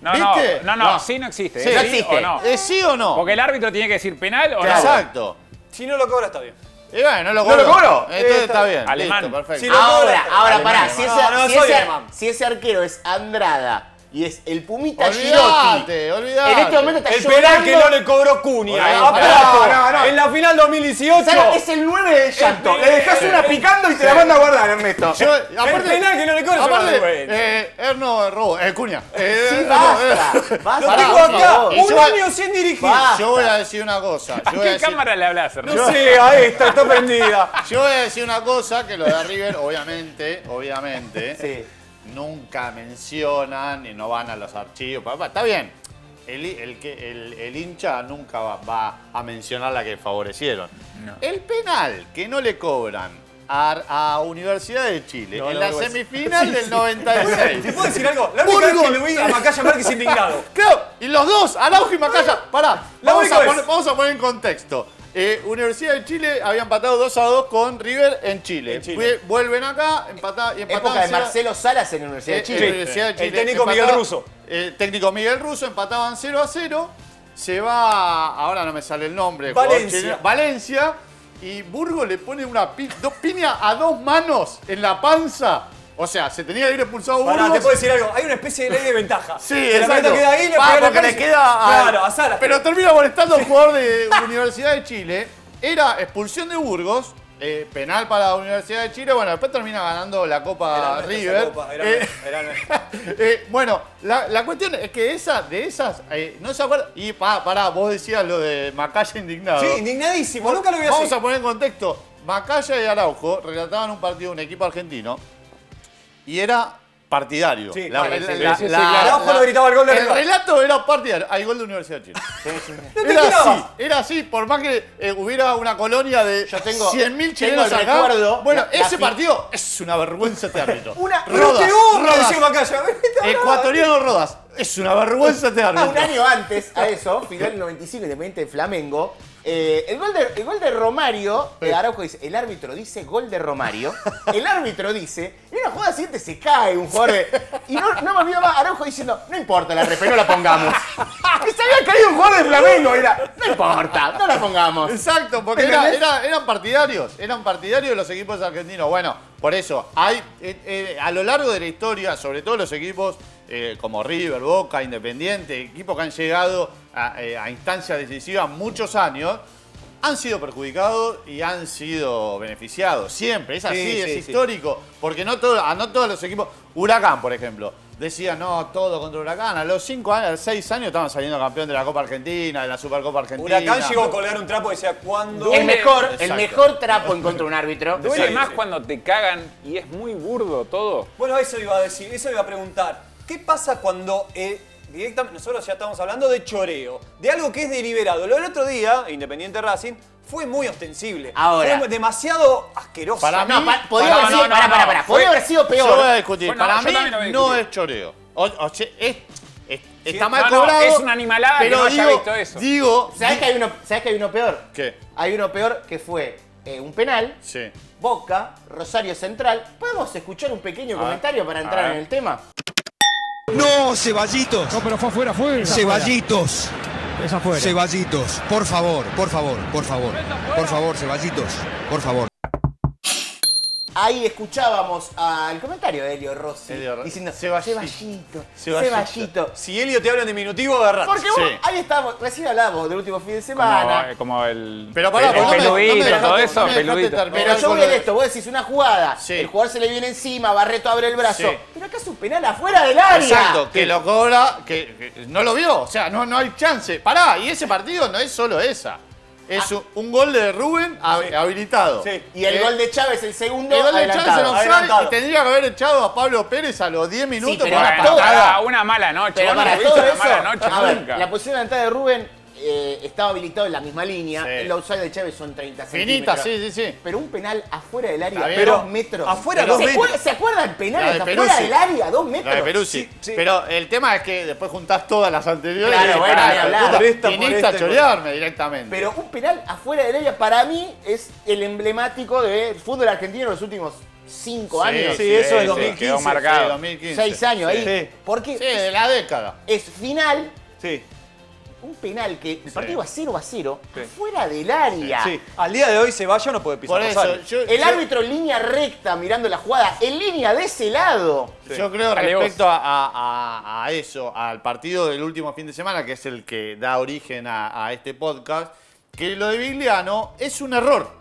S10: No, no,
S11: ¿Viste?
S10: no, no,
S11: No.
S10: sí no existe.
S11: Sí.
S10: ¿eh?
S11: No
S10: ¿Sí
S8: existe.
S10: o no?
S11: ¿Es sí o no?
S10: Porque el árbitro tiene que decir penal o no.
S11: Exacto.
S9: Si no lo cobra, está bien.
S11: Y bueno, no lo cobro.
S9: lo cobro?
S11: Entonces
S9: Eh,
S11: está bien.
S10: Alemán.
S11: Listo, perfecto. Ah,
S9: Sí, lo-
S8: Ahora,
S9: cobra.
S8: ahora
S9: Alemán,
S8: pará,
S9: alemán.
S8: si,
S9: No,
S8: ese,
S9: no,
S8: si
S9: soy
S8: ese-
S9: alemán.
S8: si ese arquero es Andrada y es el Pumita Girotti,
S11: Olvídate, olvídate.
S8: en este momento está
S9: El
S8: llorando.
S9: penal que no le cobró Cunha.
S11: Ahí
S9: Ah,
S11: está.
S9: pero- En la final 2018.
S8: ¿Sabes? Es el 9 de llanto. Le dejas una picando y te la manda a guardar, Ernesto.
S11: Yo-
S9: el penal que no le cobra,
S11: aparte,
S9: yo no le doy.
S11: eh, Erno robó, eh, Cuña. Eh,
S8: Sí,
S11: Erno,
S8: basta,
S11: eh.
S9: Lo
S8: basta.
S11: Pará,
S9: tengo
S11: por
S9: acá.
S11: favor.
S9: Un
S11: Yo-
S9: año sin dirigir.
S8: Va.
S11: Yo voy a decir una cosa.
S10: ¿A
S11: Yo voy a
S10: qué
S11: decir,
S10: cámara le hablas, Ernesto?
S9: No sé, a esta, está prendida.
S11: yo voy a decir una cosa que lo de River, obviamente, obviamente,
S8: Sí.
S11: nunca mencionan y no van a los archivos. papá, Está bien. El, el que- el- el hincha nunca va, va a mencionar la que favorecieron. El penal que no le cobran a, a Universidad de Chile en la semifinal del 96.
S9: ¿Te puedo decir algo? La única vez que lo vi a Macaya Márquez indignado.
S11: Claro, y los dos, Araujo y Macaya. Pará,
S9: La
S11: vamos
S9: única
S11: a,
S9: vez.
S11: poner, vamos a poner en contexto. Eh, Universidad de Chile había empatado 2 a 2 con River en Chile.
S9: En Chile.
S11: Vue- Vuelven acá, empata- y empataban.
S8: Época de
S11: cero-
S8: Marcelo Salas en la Universidad de
S11: eh,
S8: Chile.
S11: Universidad de
S9: El
S11: Chile,
S9: técnico Miguel Russo.
S11: eh, técnico Miguel Russo, empataban 0 a 0. Se va, ahora no me sale el nombre. el
S9: Valencia.
S11: jugador chileno, Valencia. Y Burgo le pone una pi- dos piña a dos manos en la panza. O sea, se tenía que ir expulsado
S9: Pará,
S11: Burgos.
S9: te puedo decir algo. Hay una especie de ley de ventaja.
S11: Sí,
S9: Que La pelota
S11: exacto.
S9: queda ahí, le
S11: Va,
S9: pega en la
S11: porque
S9: cara y
S11: le
S9: se-
S11: queda a-
S9: Claro, a Salas.
S11: Pero termina molestando al jugador de Universidad de Chile. Era expulsión de Burgos. eh, penal para la Universidad de Chile. Bueno, después termina ganando la Copa
S9: Era nuestra esa
S11: Ah, River.
S9: copa, era
S11: Eh,
S9: nuestra, era nuestra.
S11: eh, bueno, la, la cuestión es que esa, de esas, eh, no se acuerda. Y pa, pará, vos decías lo de Macaya indignado.
S9: Sí, indignadísimo. Nunca lo voy a
S11: Ah. Vamos
S9: hacer.
S11: a poner en contexto. Macaya y Araujo relataban un partido de un equipo argentino y era partidario.
S9: Sí,
S11: La-
S9: sí,
S11: la-
S9: sí,
S11: la-
S9: sí, sí,
S11: la-
S9: claro. Araujo lo gritaba el gol de
S11: El
S9: rival.
S11: relato era partidario. Hay gol de Universidad de Chile.
S9: te
S11: Era
S9: esperabas.
S11: así, era así. Por más que eh, hubiera una colonia de
S8: Yo tengo-
S11: 100.000
S8: tengo
S11: chilenos
S8: el
S11: acá,
S8: recuerdo,
S11: Bueno,
S8: la- la
S11: ese
S8: fi-
S11: partido es una vergüenza este árbitro.
S8: Una-
S9: ¡Pero
S11: Rodas,
S9: qué hombre!
S11: Rodas.
S9: Decía Macaya.
S11: Ecuatoriano Rodas. Es una vergüenza este árbitro.
S8: Un año antes a eso, final 95 independiente de Flamengo, eh, el, gol de, el gol de Romario, eh, Araujo dice, el árbitro dice gol de Romario, el árbitro dice, y en una jugada siguiente se cae un jugador de- Y no, no me olvido más, Araujo diciendo, no importa, la refe, no la pongamos. Que se había caído un jugador de Flamengo, era, no importa, no la pongamos.
S11: Exacto, porque
S8: ¿Entendés?
S11: era- era- eran partidarios, eran partidarios los equipos argentinos. Bueno, por eso, hay eh, eh, a lo largo de la historia, sobre todo los equipos eh, como River, Boca, Independiente, equipos que han llegado a, eh, a instancias decisivas muchos años, han sido perjudicados y han sido beneficiados. Siempre, es así,
S9: Sí,
S11: es
S9: sí, sí.
S11: histórico. Porque no, todo, a no todos los equipos. Huracán, por ejemplo. Decía, no, todo contra Huracán. A los 5 años, a los 6 años estaban saliendo campeón de la Copa Argentina, de la Supercopa Argentina.
S9: Huracán llegó a colgar un trapo y decía, ¿cuándo?
S8: El mejor, el
S11: Exacto.
S8: mejor trapo en contra de un árbitro.
S10: Duele
S9: Sí,
S10: más
S9: sí.
S10: cuando te cagan y es muy burdo todo.
S9: Bueno, eso iba a decir, eso iba a preguntar. ¿Qué pasa cuando eh, directamente nosotros ya estamos hablando de choreo, de algo que es deliberado? Lo del otro día, Independiente Racing, fue muy ostensible.
S8: Ahora.
S9: Fue demasiado asqueroso.
S11: Para
S8: No,
S11: mí-
S8: pa- podía
S10: No,
S8: haber
S10: no,
S8: sido,
S10: no,
S8: pará,
S10: no,
S8: pará, pará,
S10: fue-
S8: podía haber sido
S11: Yo
S8: peor.
S11: voy a discutir.
S10: Bueno,
S11: Para
S10: yo también lo voy
S11: mí
S10: a
S11: no
S10: discutir.
S11: es choreo. O- o sea, es- es- está
S10: Sí,
S11: mal
S10: no, no,
S11: cobrado.
S10: es una animalada que
S11: pero
S10: no haya
S11: digo-
S10: visto eso.
S11: Digo.
S8: ¿Sabés que, hay uno, ¿Sabés que hay uno peor?
S11: ¿Qué?
S8: Hay uno peor que fue eh, un penal,
S11: Sí.
S8: Boca, Rosario Central. ¿Podemos escuchar un pequeño comentario para entrar en el tema?
S5: No, Ceballitos. No, pero fue afuera, fue. Ceballitos. Es afuera. Ceballitos. Por favor, por favor, por favor. Por favor, Ceballitos. Por favor.
S8: Ahí escuchábamos al comentario de Elio Rossi
S11: Elio Ro-
S8: diciendo
S11: Ceballito.
S8: Ceballito,
S11: Ceballito".
S8: Ceballito.
S9: Si Elio te habla en diminutivo, agarrate.
S8: Porque vos,
S11: Sí.
S8: ahí estábamos, recién hablábamos del último fin de
S10: Como,
S8: semana.
S10: eh, como el,
S11: Pero pará,
S10: el,
S11: porque no me- no me
S10: peludito,
S11: dejaste-
S10: todo
S11: no
S10: eso,
S11: me dejaste
S10: peludito.
S11: terminar.
S8: pero
S11: el
S8: yo
S11: gol
S8: voy en
S11: de-
S8: esto, vos decís una jugada,
S11: Sí.
S8: el jugador se le viene encima, Barreto abre el brazo,
S11: Sí.
S8: pero acá es un penal afuera del área.
S11: Exacto, que lo cobra, que, que no lo vio, o sea, no, no hay chance. Pará, y ese partido no es solo esa. Es un, un gol de Rubén hab- habilitado.
S9: Sí.
S8: Y el
S11: Eh,
S8: gol de Chávez, el segundo,
S11: el gol de
S8: adelantado.
S11: Chávez en offside
S9: Adelantado.
S11: y tendría que haber echado a Pablo Pérez a los 10 minutos
S8: pero
S11: por la
S10: Bueno,
S8: todo-
S11: patada.
S10: pará, una mala noche.
S8: Pero
S10: vos no
S8: para
S10: tuviste
S8: todo
S10: una
S8: eso,
S10: mala noche
S8: a ver,
S10: nunca.
S8: la posición de entrada de Rubén eh, estaba habilitado en la misma línea.
S11: Sí.
S8: El outside de Chávez son 30
S11: Finita,
S8: centímetros.
S11: sí, sí, sí.
S8: Pero un penal afuera del área,
S11: Está bien.
S8: pero dos
S11: Pero
S8: metros.
S9: afuera
S8: Pero
S9: dos
S8: ¿se
S9: metros.
S8: acuer- ¿Se acuerdan penales
S11: La de
S8: afuera
S11: Peruzzi.
S8: del área, dos
S11: La
S8: metros?
S11: de Peruzzi.
S9: sí.
S11: Pero el tema es que después juntás todas las anteriores
S8: Claro,
S11: y
S8: bueno,
S11: pará,
S8: ni hablar.
S11: puta,
S9: Por esta, por
S11: viniste
S9: esta y
S11: a
S9: por-
S11: chorearme directamente.
S8: Pero un penal afuera del área para mí es el emblemático del fútbol argentino en los últimos cinco años.
S9: sí, eso es 2015,
S10: quedó marcado.
S11: sí, 2015.
S8: Seis años
S11: Sí.
S8: ahí.
S9: Sí.
S8: Porque
S11: Sí, de la década.
S8: es final,
S9: Sí,
S8: un penal que el partido va 0 a 0,
S9: Sí.
S8: afuera del área.
S9: sí. Al día de hoy Ceballos no puede pisar
S11: Por eso,
S9: Rosario.
S11: yo,
S8: El
S11: yo-
S8: árbitro en línea recta mirando la jugada, en línea de ese lado.
S11: yo creo
S10: Dale vos.
S11: respecto a, a- a- a eso, al partido del último fin de semana, que es el que da origen a, a este podcast, que lo de Vigliano es un error.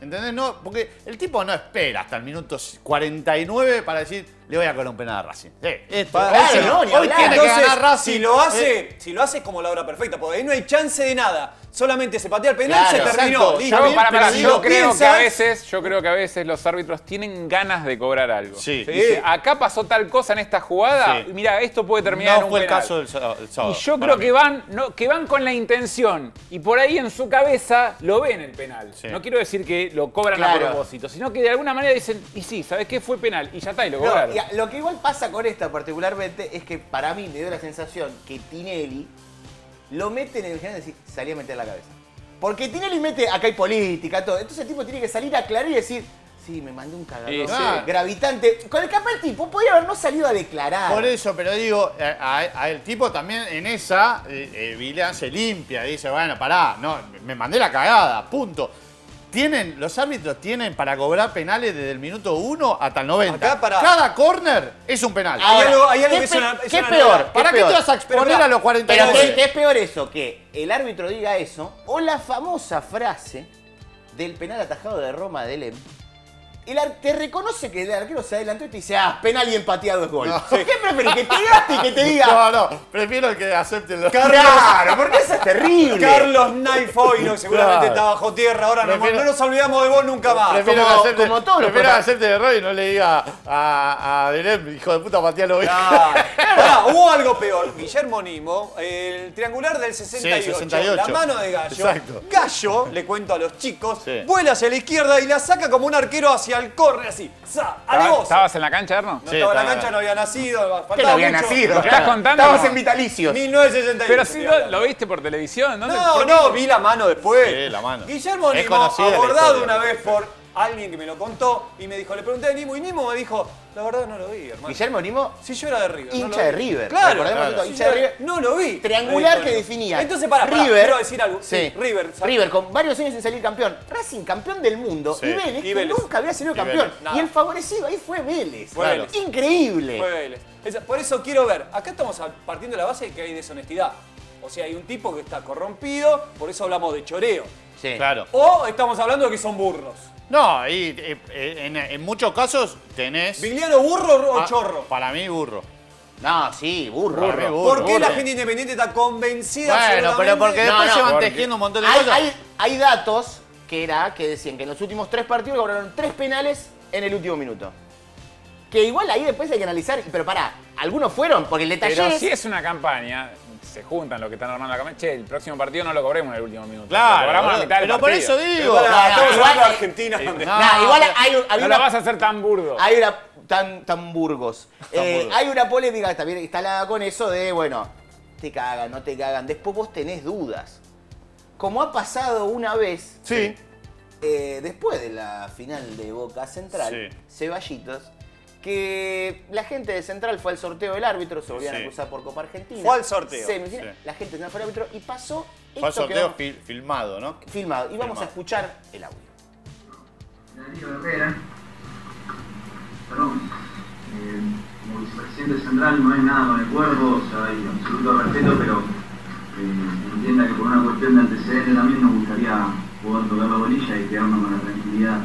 S11: ¿Entendés? No, porque el tipo no espera hasta el minuto 49 para decir, le voy a colar un penal a Racing. Sí, esto-
S9: Para-
S11: hoy
S8: Claro,
S11: se-
S8: no, ni
S11: hoy
S8: hablar.
S11: tiene que
S9: Entonces,
S11: ganar Racing.
S9: si lo
S11: Eh,
S9: hace, si lo hace es como la hora perfecta, porque ahí no hay chance de nada. Solamente se patea el penal,
S11: Claro,
S9: se terminó.
S11: exacto.
S9: listo.
S11: Ya
S10: Yo,
S11: bien,
S10: pará, pará,
S11: pero si
S10: yo
S11: lo
S10: creo que
S9: piensas-
S10: a veces, yo creo que a veces los árbitros tienen ganas de cobrar algo.
S11: Sí.
S10: Dice, acá pasó tal cosa en esta jugada,
S11: Sí.
S10: mira, esto puede terminar en
S11: No
S10: un
S11: fue el
S10: penal.
S11: caso del sá- el sábado.
S10: Y yo
S11: para
S10: creo
S11: mí.
S10: que van, no, que van con la intención y por ahí en su cabeza lo ven el penal.
S11: Sí.
S10: No quiero decir que lo cobran a
S8: Claro.
S10: propósito, sino que de alguna manera dicen, y sí, ¿sabes qué? Fue penal. Y ya está, y lo
S8: No,
S10: cobraron.
S8: y a- lo que igual pasa con esta particularmente es que para mí me dio la sensación que Tinelli lo mete en el general y decir, salí a meter la cabeza. Porque Tinelli mete, acá hay política, todo. Entonces el tipo tiene que salir a aclarar y decir, sí, me mandé un cagadón.
S10: Sí, sí.
S8: Ah, Gravitante. Con el capaz el tipo podría haber no salido a declarar.
S11: Por eso, pero digo, eh, a- a el tipo también en esa, eh, eh, Vilán se limpia, dice, bueno, pará, no, me mandé la cagada, punto. Tienen, los árbitros tienen para cobrar penales desde el minuto 1 hasta el 90.
S9: Acá, pará.
S11: Cada córner es un penal.
S9: Hay algo- hay algo
S8: ¿qué
S9: que es
S8: pe-
S9: una- es
S8: ¿Qué
S9: una
S8: peor?
S9: novela.
S11: ¿Para qué
S8: peor?
S11: te vas a exponer
S9: Pero,
S11: a los
S8: Pero
S11: 49?
S8: ¿qué, qué es peor eso? Que el árbitro diga eso o la famosa frase del penal atajado de Roma de Lem el ar- te reconoce que el arquero se adelantó y te dice, ah, penal y empateado es gol. ¿Qué preferís? ¿Que te gaste y que te diga?
S11: Ah, No, no, prefiero que acepten los
S8: Claro, porque eso es terrible.
S9: Carlos Naifoino, seguramente
S11: Claro.
S9: está bajo tierra ahora. no-
S11: Prefiero-
S9: no nos olvidamos de vos nunca más.
S11: Prefiero
S8: como-
S11: que acepten,
S8: como todos los
S11: prefiero que
S8: programas.
S11: acepten el error y no le diga a, a Belén, hijo de puta, Matías lo
S9: Ah, pará, hubo algo peor. Guillermo Nimo, el triangular del 68,
S11: Sí, 68.
S9: la mano de Gallo.
S11: Exacto.
S9: Gallo, le cuento a los chicos,
S11: Sí.
S9: vuela hacia la izquierda y la saca como un arquero hacia el córner, así. ¡Za! ¡Ale vos!
S10: ¿Estabas en la cancha, Erno?
S9: No
S11: Sí,
S9: estaba en la
S11: estaba.
S9: cancha, no había nacido. faltaba
S8: Que no había
S9: mucho.
S8: nacido.
S10: ¿Estás contando?
S8: Estabas
S10: No.
S8: en vitalicios.
S9: 1968.
S10: Pero si
S9: estoy
S10: lo,
S9: hablando.
S10: lo viste por televisión, ¿dónde?
S9: No,
S10: por-
S9: no, vi la mano después.
S11: Sí, la mano.
S9: Guillermo
S11: Es
S9: Nimo,
S11: conocida la
S9: abordado
S11: historia.
S9: una vez por alguien que me lo contó y me dijo, le pregunté a Nimo y Nimo me dijo, la verdad no lo vi, hermano.
S8: Guillermo Nimo,
S9: Si yo era de River. no
S8: hincha
S9: lo
S8: de
S9: vi.
S8: River.
S9: Claro.
S8: Recordemos
S9: claro.
S8: que
S9: Si
S8: hincha
S9: yo
S8: de
S9: era-
S8: River.
S9: No lo vi.
S8: Triangular
S9: River.
S8: que definía.
S9: Entonces, para,
S8: River.
S9: quiero decir algo.
S8: Sí.
S9: River. ¿sabes?
S8: River con varios años sin salir campeón. Racing campeón del mundo.
S11: Sí.
S8: Y Vélez,
S9: Y
S8: que
S9: Vélez.
S8: nunca había salido
S11: Y
S8: campeón.
S11: Vélez.
S9: Nada.
S8: Y el favorecido ahí fue Vélez.
S9: Fue Vélez.
S8: Increíble.
S9: Fue Vélez. Esa- Por eso quiero ver. Acá estamos a- partiendo de la base de que hay deshonestidad. O sea, hay un tipo que está corrompido, por eso hablamos de choreo.
S8: Sí.
S11: Claro.
S9: O estamos hablando de que son burros.
S11: No, y, eh, eh, en, en muchos casos tenés.
S9: ¿Vigliano burro o
S11: Ah,
S9: chorro?
S11: Para mí, burro.
S8: No, sí, burro.
S11: Para mí, burro.
S9: ¿Por qué la
S11: burro.
S9: gente independiente está convencida
S11: Bueno, pero
S9: absolutamente?
S11: porque después
S8: no,
S11: se van
S10: porque-
S11: tejiendo un montón de
S8: Hay,
S11: cosas.
S8: hay- hay datos que era que decían que en los últimos tres partidos cobraron tres penales en el último minuto. Que igual ahí después hay que analizar. Pero pará, algunos fueron, porque el detalle
S10: Pero
S8: es-
S10: si es una campaña, se juntan los que están armando la campaña. Che, el próximo partido no lo cobremos en el último minuto. lo
S11: Claro,
S10: cobramos a
S11: boludo.
S10: mitad del
S11: pero por
S10: partido.
S11: eso digo.
S9: Pará,
S8: No,
S9: estamos
S8: no,
S9: hablando
S8: igual-
S9: de Argentina. donde-
S11: Ah,
S8: Nah, igual hay, un- hay
S10: No
S8: una
S10: la vas a hacer tan burdo.
S8: Hay una. Tan, tan burgos. Eh,
S11: burgos.
S8: hay una polémica que también instalada con eso de, bueno, te cagan, no te cagan. Después vos tenés dudas. Como ha pasado una vez,
S11: Sí.
S8: eh, después de la final de Boca Central,
S11: Sí.
S8: Ceballitos, que la gente de Central fue al sorteo del árbitro, se volvían a
S11: Sí.
S8: acusar por Copa Argentina.
S9: Fue al sorteo.
S8: Semifinal,
S11: Sí.
S8: La gente de Central fue al árbitro y pasó esto
S11: Fue al
S8: que
S11: sorteo
S8: vamos-
S11: fil- filmado, ¿no?
S8: filmado. Y vamos
S11: Filmado.
S8: a escuchar el audio.
S1: Danilo Herrera, perdón, eh, como vicepresidente central no hay nada con el cuerpo, o sea, hay absoluto respeto, pero eh, entienda que por una cuestión de antecedente también nos gustaría poder tocar la bolilla y quedarnos con la tranquilidad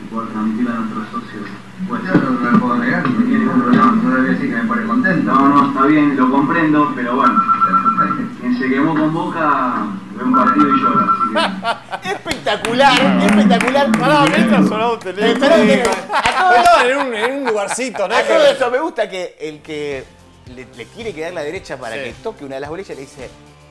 S1: y poder transmitirla a nuestros socios. Pues yo no lo puedo negar, no tiene ningún problema, no debería decir que me pone contento. No, no, está bien, lo comprendo, pero bueno, quien se quemó con Boca ve un partido y llora, así que...
S8: Espectacular, espectacular.
S11: Pará, mientras sonaba un
S8: Eh,
S11: teléfono.
S8: pará, a todo esto-
S9: Estaban en un, en un lugarcito, ¿no?
S8: A todo eso me gusta que el que le, le quiere quedar la derecha para
S11: Sí.
S8: que toque una de las bolillas le dice.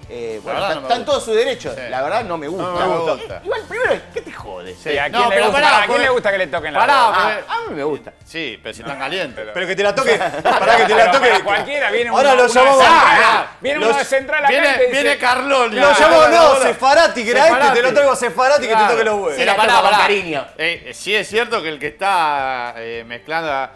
S8: eh, bueno,
S11: verdad
S8: está-
S11: no me
S8: están
S11: gusta.
S8: todos sus derechos.
S11: Sí.
S8: La verdad no me gusta.
S11: No me gusta.
S8: Eh, Igual primero, es, ¿qué te jode?
S11: Sí.
S10: ¿Y a quién,
S11: No,
S10: le,
S11: pero
S10: gusta,
S11: pará,
S10: ¿a quién
S11: porque-
S10: le gusta que le toquen la
S11: Pará,
S10: bola?
S8: Ah,
S11: pero-
S8: a mí me gusta.
S11: Sí, pero si están calientes.
S9: Pero que te la toque. Para que te la
S10: Pero
S9: toque.
S10: para cualquiera viene
S9: Ahora
S10: uno-
S9: lo
S10: uno
S9: llamamos.
S10: de central.
S9: Ah,
S10: Viene
S9: los-
S10: uno de central acá y
S11: Viene,
S10: te dice,
S11: viene Carlón.
S9: Lo llamo, no, Sefarati, que era este,
S11: Sefarati.
S9: te lo traigo a Sefarati que te toque los huevos.
S8: Sí, la toco con cariño.
S11: Eh, eh, sí es cierto que el que está eh, mezclando a-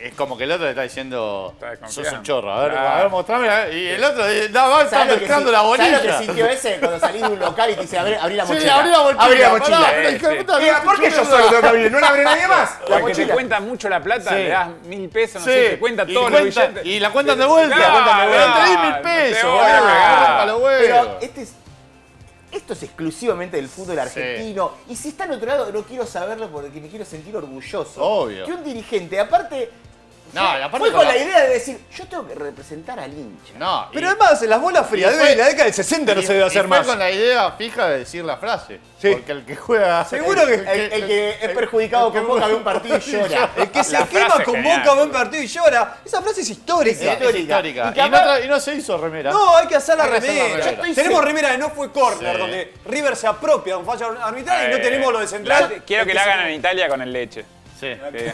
S11: es como que el otro le está diciendo
S10: Está desconfiado.
S11: sos un chorro, a ver,
S10: Claro.
S11: a ver, mostrame la-". y el otro dice, no, va, está
S8: ¿Sabes lo que
S11: mezclando
S8: si-
S11: la
S8: sabes
S11: bolilla.
S8: lo que sintió ese cuando salís de un local y te dice abrí, abrí la mochila?
S11: Sí, abrí la mochila.
S8: Abrí la
S11: pará,
S8: mochila.
S11: pero
S10: eh,
S11: hijo de
S10: sí.
S11: puta,
S8: Diga, ¿Por qué yo solo tengo que abrir? ¿No la abre nadie más? La
S10: Porque te
S8: mochila.
S10: cuenta mucho la plata,
S11: Sí.
S10: le das mil pesos, no
S11: Sí,
S10: sé, te cuenta
S11: y
S10: todo los
S11: cuenta-
S10: billetes.
S11: Y la cuentan de vuelta.
S10: Claro,
S11: la cuentan de vuelta.
S10: claro,
S11: Te di mil
S10: te
S11: pesos.
S10: voy a
S11: boludo,
S10: pegar.
S11: rompa los huevos.
S8: Pero este es- esto es exclusivamente del fútbol argentino. Y si está en otro lado, no quiero saberlo porque me quiero sentir orgulloso.
S11: Obvio.
S8: Que un dirigente, aparte.
S11: No,
S8: fue-
S11: y aparte
S8: fue
S11: con
S8: con la
S11: la-
S8: idea de decir, yo tengo que representar al hincha.
S11: No, y-
S9: Pero además, las bolas frías
S11: y
S9: de
S11: fue-
S9: la década del 60 no
S11: y-
S9: se debe
S11: y
S9: hacer
S11: fue
S9: más.
S11: con la idea fija de decir la frase.
S9: Sí.
S11: Porque el que juega.
S9: Seguro que-
S8: El, el que es perjudicado con Boca ve un partido y llora.
S9: El que se
S10: La
S9: quema
S10: frase
S9: con
S10: genial.
S9: Boca, buen partido y llora. Esa frase es histórica.
S11: es histórica.
S8: Y
S11: Y,
S8: que
S11: no
S8: aparte-
S11: tra- y no se hizo remera.
S9: No, hay que hacer la
S11: Hay que hacer la
S9: remera.
S11: remera.
S8: Yo estoy
S9: Tenemos
S8: se-
S9: remera de no fue corner,
S11: Sí.
S9: donde River se apropia de un fallo arbitral y no
S10: Eh,
S9: tenemos lo de central.
S10: la- quiero que la hagan en Italia con el leche.
S11: Sí.
S10: Eh,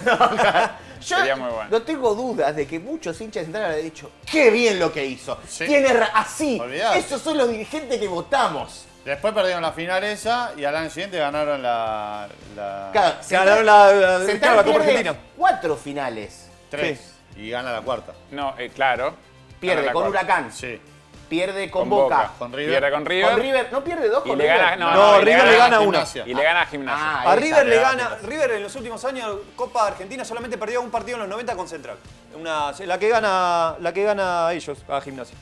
S8: Yo
S10: Sería muy bueno.
S8: no tengo dudas de que muchos hinchas de Central habrán dicho, qué bien lo que hizo.
S11: Sí.
S8: Tiene ra- así.
S11: Olvidate.
S8: Esos son los dirigentes que votamos.
S11: Después perdieron la final esa y al año siguiente ganaron la. la-
S8: Claro,
S9: Ganaron la, la,
S8: Central
S9: la Copa
S8: pierde
S9: Argentina.
S8: cuatro finales.
S11: tres. Y gana la cuarta.
S10: no, eh, claro. Gana
S8: Pierde
S10: la
S8: con
S10: cuarta.
S8: Huracán.
S11: Sí.
S8: Pierde con, Boca.
S11: Con River.
S10: Pierde con River.
S8: Con River. No pierde dos
S10: Y
S8: con
S10: le
S8: River.
S10: gana- no,
S9: No,
S10: y
S9: River le gana una.
S11: Ah, Gimnasia.
S10: Y le gana a Gimnasia.
S9: A
S8: Ah, ahí está,
S9: River le
S8: le da
S9: gana. River en los últimos años, Copa Argentina, solamente perdió un partido en los 90 con Central. Una, la que gana, la que gana a ellos, a Gimnasia.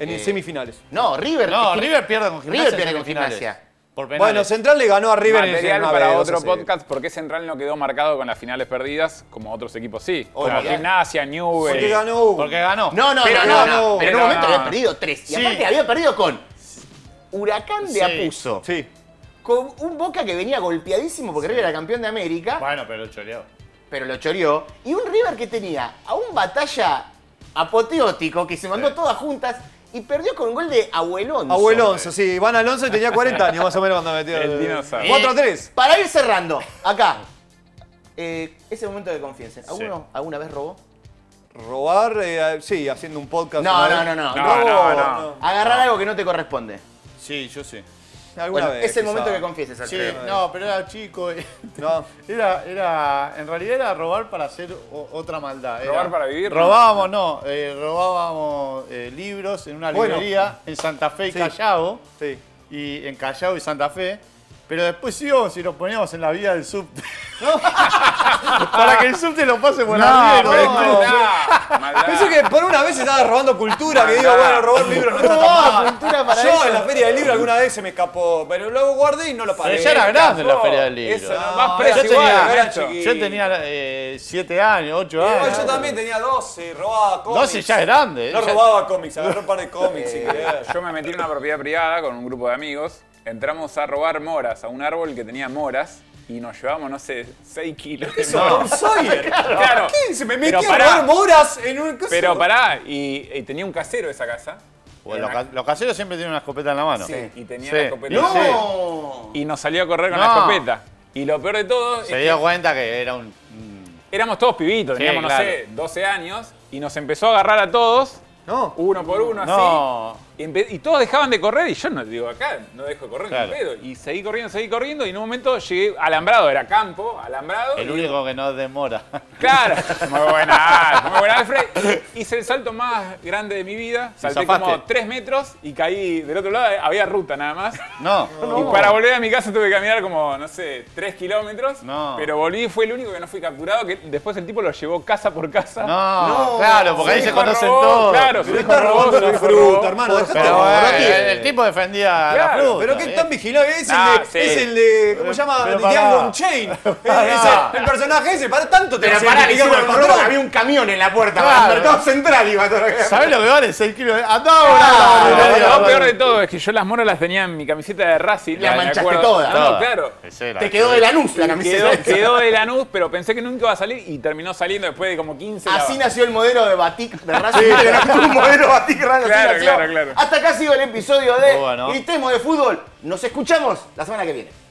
S9: En
S8: Eh,
S9: semifinales.
S8: No, River.
S11: No,
S8: es que-
S11: River pierde con Gimnasia.
S8: River pierde
S11: en
S8: con
S11: semifinales.
S8: Gimnasia.
S11: Por penales.
S9: Bueno, Central le ganó a River en el
S10: Material
S9: Bernabéu,
S10: para
S9: eso
S10: otro
S9: sí.
S10: podcast, ¿por qué Central no quedó marcado con las finales perdidas como otros equipos sí? Como
S8: Obvio.
S10: Gimnasia, Newell's.
S9: Porque ganó.
S11: Porque ganó.
S8: No, no,
S11: Pero
S8: no, no,
S11: no,
S8: no, Pero en
S10: pero
S8: un momento
S10: no.
S8: había perdido tres. Y
S11: Sí.
S8: aparte había perdido con Huracán de
S11: Sí.
S8: Apuso.
S11: Sí.
S8: Con un Boca que venía golpeadísimo porque River era campeón de América,
S11: Bueno, pero el choreado.
S8: pero lo choreó. Y un River que tenía a un batalla apoteótico que se mandó todas juntas y perdió con un gol de Abuelonso.
S9: Abuelonso, sí. Iván Alonso y tenía 40 años más o menos cuando metió
S10: El dinosaurio.
S9: 4 a 3.
S8: Eh, Para ir cerrando, acá. Eh, ese momento de confianza. ¿Alguno alguna vez robó?
S9: Robar, eh, sí, haciendo un podcast.
S8: No,
S9: una
S8: no,
S9: vez.
S8: no, no.
S10: No,
S8: Robo,
S10: no, no.
S8: Agarrar algo que no te corresponde.
S11: Sí, yo sí.
S9: Alguna
S8: Bueno,
S9: vez,
S8: es el momento
S9: quizá.
S8: que confieses,
S11: Sí,
S8: Alfredo.
S11: no, pero era chico. eh.
S9: No.
S11: Era, era, en realidad era robar para hacer o- otra maldad. era-
S10: ¿Robar para vivir?
S11: Robábamos, no, eh, robábamos eh, libros en una
S9: Bueno.
S11: librería en Santa Fe y
S9: Sí.
S11: Callao,
S9: Sí.
S11: y en Callao y Santa Fe, pero después íbamos y nos poníamos en la vía del subte. para que el subte lo pase por la vía.
S10: No,
S11: del
S10: pero
S11: club.
S10: maldad, maldad.
S9: Pensé que por una vez estaba robando cultura, que digo,
S10: Andá.
S9: bueno, robar libros no está
S8: Robaba
S9: tan mal.
S8: cultura para
S9: Yo
S8: eso.
S9: en la feria del libro alguna vez se me escapó, pero luego guardé y no lo pagué.
S11: Pero ya era grande la feria del libro.
S10: Eso, no, más preso
S9: yo
S10: igual,
S9: tenía-
S10: Nacho.
S9: era chiquito.
S11: Yo tenía 7 años, 8
S9: Igual
S11: años.
S9: yo también tenía 12, robaba cómics.
S11: 12 ya es grande. eh,
S9: No
S11: ya-
S9: robaba cómics, agarré un par de cómics
S8: Eh,
S9: si querés.
S10: Yo me metí en una propiedad privada con un grupo de amigos. Entramos a robar moras a un árbol que tenía moras y nos llevamos, no sé, 6 kilos de
S9: Eso
S10: moras.
S9: era un Sawyer.
S10: Claro.
S9: ¿Qué? Se me
S10: Pero
S9: metió a
S10: pará.
S9: robar moras en un coso.
S10: Pero pará, y, y tenía un casero esa casa.
S11: Bueno, los, ca- los caseros siempre tienen una escopeta en la mano.
S10: Sí, y tenía
S11: Sí.
S10: la escopeta.
S11: Y sí.
S10: Y nos salió a correr con
S11: No.
S10: la escopeta. Y lo peor de todo es
S11: Se
S10: que
S11: dio cuenta que era un. un-
S10: éramos todos pibitos,
S11: Sí,
S10: teníamos,
S11: claro.
S10: no sé, 12 años, y nos empezó a agarrar a todos,
S9: No.
S10: uno por uno,
S11: No.
S10: así. Y, empe- y todos dejaban de correr, y yo no digo acá, no dejo de correr, ni
S11: Claro.
S10: un pedo. Y seguí corriendo, seguí corriendo, y en un momento llegué alambrado, era campo, alambrado.
S11: El
S10: y-
S11: único que no demora.
S10: Claro, muy buena, muy buena Alfred. Hice el salto más grande de mi vida, salté
S11: zafaste.
S10: como 3 metros y caí del otro lado, había ruta nada más.
S11: No.
S10: Y para volver a mi casa tuve que caminar como, no sé, 3 kilómetros.
S11: No.
S10: Pero volví, fue el único que no fui capturado, que después el tipo lo llevó casa por casa.
S11: No, claro, porque ahí
S10: Su
S11: se
S10: hijo
S11: conocen
S10: robó,
S11: todos.
S10: Claro, su
S9: Pero
S10: hijo
S9: está
S10: robó,
S9: robando
S10: su
S9: la
S10: hijo
S9: fruta,
S10: robó.
S9: hermano. dejate de
S11: Pero
S9: joder.
S11: bueno, el, el tipo defendía la
S10: Claro,
S11: fruta.
S9: Pero qué
S11: ¿eh?
S9: tan vigilante es, el
S10: Ah,
S9: de-
S10: sí.
S9: es el de. ¿Cómo se llama?
S11: Pero
S9: The
S11: pará.
S9: Django Chain. el personaje ese, para tanto te
S8: Pero
S9: hace
S8: pará,
S9: que
S8: le hicieron
S9: digamos
S8: el
S9: el
S8: robo,
S9: control.
S8: había un camión en la puerta.
S11: Claro.
S8: al mercado central iba todo.
S11: ¿Sabés lo que vale 6 kilos? de- ¡Andá, boludo!
S10: No,
S11: Andá,
S10: lo peor de
S11: boludo.
S10: todo es que yo las moras las tenía en mi camiseta de Racing.
S8: La
S10: me
S8: manchaste
S10: acuerdo.
S8: toda.
S10: No,
S11: Toda.
S10: claro.
S11: Ese era
S8: Te
S11: el
S8: quedó de la luz la
S10: Quedó,
S8: camiseta.
S10: quedó de Lanús, pero pensé que nunca iba a salir y terminó saliendo después de como 15
S8: Así
S10: la-
S8: nació el modelo de Batik de Racing. que no tuvo un modelo Batik Racing. así
S10: Claro,
S8: nació.
S10: claro, claro.
S8: Hasta acá ha sido el episodio de
S11: Muy bueno.
S8: Gritemos de Fútbol. Nos escuchamos la semana que viene.